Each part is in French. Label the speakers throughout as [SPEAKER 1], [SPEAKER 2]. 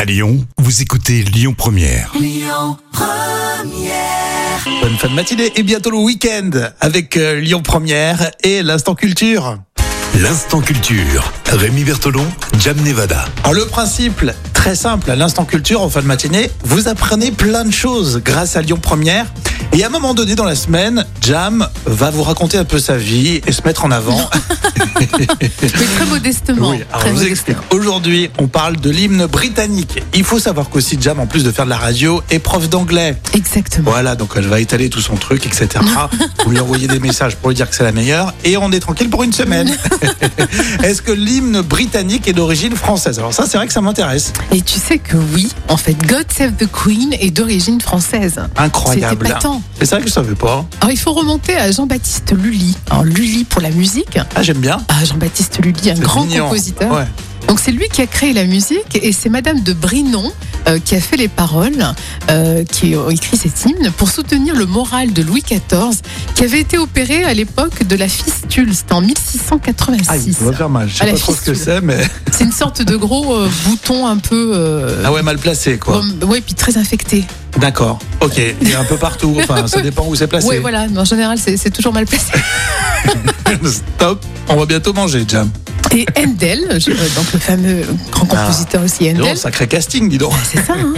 [SPEAKER 1] À Lyon, vous écoutez Lyon Première.
[SPEAKER 2] Bonne fin de matinée et bientôt le week-end avec euh, Lyon Première et l'instant culture.
[SPEAKER 1] L'instant culture. Rémi Bertolon, Jam Nevada.
[SPEAKER 2] Alors le principe très simple, à l'instant culture en fin de matinée, vous apprenez plein de choses grâce à Lyon Première. Et à un moment donné dans la semaine, Jam va vous raconter un peu sa vie et se mettre en avant.
[SPEAKER 3] Mais très modestement.
[SPEAKER 2] Oui, alors
[SPEAKER 3] très
[SPEAKER 2] je vous
[SPEAKER 3] modestement.
[SPEAKER 2] explique. Aujourd'hui, on parle de l'hymne britannique. Il faut savoir qu'aussi Jam, en plus de faire de la radio, est prof d'anglais.
[SPEAKER 3] Exactement.
[SPEAKER 2] Voilà, donc elle va étaler tout son truc, etc. Vous lui envoyez des messages pour lui dire que c'est la meilleure et on est tranquille pour une semaine. Est-ce que l'hymne britannique est d'origine française Alors ça, c'est vrai que ça m'intéresse.
[SPEAKER 3] Et tu sais que oui, en fait, God Save the Queen est d'origine française.
[SPEAKER 2] Incroyable.
[SPEAKER 3] C'était épatant.
[SPEAKER 2] C'est vrai que je savais pas.
[SPEAKER 3] Alors, il faut remonter à Jean-Baptiste Lully. Alors, Lully pour la musique.
[SPEAKER 2] Ah, j'aime bien.
[SPEAKER 3] Ah, Jean-Baptiste Lully, un
[SPEAKER 2] C'est
[SPEAKER 3] grand
[SPEAKER 2] mignon.
[SPEAKER 3] compositeur.
[SPEAKER 2] Ouais.
[SPEAKER 3] Donc, c'est lui qui a créé la musique et c'est Madame de Brinon euh, qui a fait les paroles, euh, qui a écrit cet hymne pour soutenir le moral de Louis XIV qui avait été opéré à l'époque de la fistule. C'était en
[SPEAKER 2] Ah, il
[SPEAKER 3] 1686.
[SPEAKER 2] va faire mal. Je sais
[SPEAKER 3] À la
[SPEAKER 2] pas trop ce que
[SPEAKER 3] fistule.
[SPEAKER 2] c'est, mais.
[SPEAKER 3] c'est une sorte de gros euh, bouton un peu. euh,
[SPEAKER 2] Ah ouais, mal placé, quoi.
[SPEAKER 3] Rem- bah Ouais, puis très infecté.
[SPEAKER 2] Ah, D'accord. Ok. Il est un peu partout. Enfin, ça dépend où c'est placé.
[SPEAKER 3] Ouais, voilà, mais en général, c'est c'est toujours mal placé.
[SPEAKER 2] Stop. On va bientôt manger, Jam.
[SPEAKER 3] Et Handel, je- euh, donc le fameux grand
[SPEAKER 2] Ah.
[SPEAKER 3] compositeur aussi,
[SPEAKER 2] Dis donc,
[SPEAKER 3] Handel.
[SPEAKER 2] sacré casting, dis donc.
[SPEAKER 3] C'est ça, hein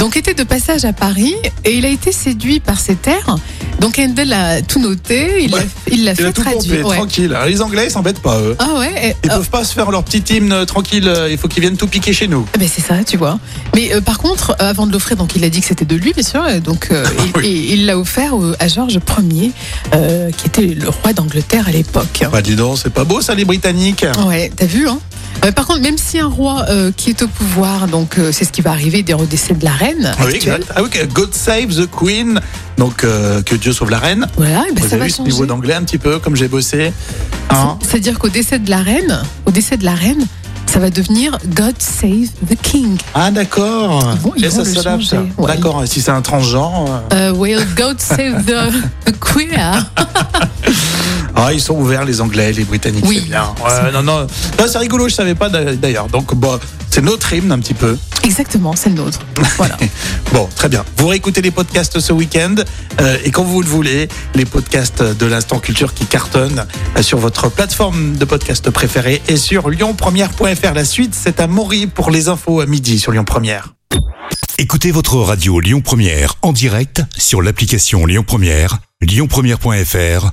[SPEAKER 3] Donc, était de passage à Paris et il a été séduit par ses terres. Donc, Handel a tout noté, il l'a
[SPEAKER 2] Ouais.
[SPEAKER 3] il l'a
[SPEAKER 2] Il a
[SPEAKER 3] fait
[SPEAKER 2] tout
[SPEAKER 3] traduire.
[SPEAKER 2] pompé,
[SPEAKER 3] ouais.
[SPEAKER 2] tranquille. Alors, Les Anglais, ils s'embêtent pas, eux.
[SPEAKER 3] Ah ouais, et-
[SPEAKER 2] Ils
[SPEAKER 3] ah,
[SPEAKER 2] peuvent pas se faire leur petit hymne euh, tranquille. euh, Il faut qu'ils viennent tout piquer chez nous.
[SPEAKER 3] Ben c'est ça, tu vois. Mais euh, par contre, euh, avant de l'offrir, donc il a dit que c'était de lui, bien sûr. euh, Donc euh,
[SPEAKER 2] Ah Oui.
[SPEAKER 3] il- il il l'a offert au- à George Ier, euh, qui était le roi d'Angleterre à l'époque.
[SPEAKER 2] Bah dis donc, c'est pas beau ça les Britanniques.
[SPEAKER 3] Ouais, t'as vu, hein Euh, Par contre, même si un roi euh, qui est au pouvoir, donc euh, c'est ce qui va arriver des redécès de la reine
[SPEAKER 2] Ah oui,
[SPEAKER 3] actuelle,
[SPEAKER 2] exact. Ah oui, que- God save the Queen. Donc euh, que Dieu sauve la reine.
[SPEAKER 3] voilà, et ben,
[SPEAKER 2] Vous
[SPEAKER 3] ça
[SPEAKER 2] avez
[SPEAKER 3] va
[SPEAKER 2] vu ce niveau
[SPEAKER 3] changer.
[SPEAKER 2] d'anglais un petit peu comme j'ai bossé. Hein
[SPEAKER 3] C'est-à-dire qu'au décès de la reine, au décès de la reine, ça va devenir God Save the King.
[SPEAKER 2] ah d'accord.
[SPEAKER 3] Ils vont- ils
[SPEAKER 2] Et
[SPEAKER 3] vont
[SPEAKER 2] ça
[SPEAKER 3] le
[SPEAKER 2] s'adapte. ça.
[SPEAKER 3] changer, ouais.
[SPEAKER 2] D'accord. Et si c'est un transgenre. euh,
[SPEAKER 3] Euh, well, God Save the, hein. the Queer.
[SPEAKER 2] Ah ils sont ouverts les Anglais, les Britanniques.
[SPEAKER 3] Oui.
[SPEAKER 2] C'est bien. Ouais, non non. Non, c'est rigolo. Je savais pas d'a- d'ailleurs. Donc bah c'est notre hymne un petit peu.
[SPEAKER 3] Exactement, c'est le nôtre. Voilà.
[SPEAKER 2] Bon, très bien. Vous réécoutez les podcasts ce week-end euh, et quand vous le voulez, les podcasts de l'instant culture qui cartonnent euh, sur votre plateforme de podcast préférée et sur lyonpremière.fr. La suite, c'est à Maury pour les infos à midi sur Lyon Première.
[SPEAKER 1] Écoutez votre radio Lyon Première en direct sur l'application Lyon Première, lyonpremière.fr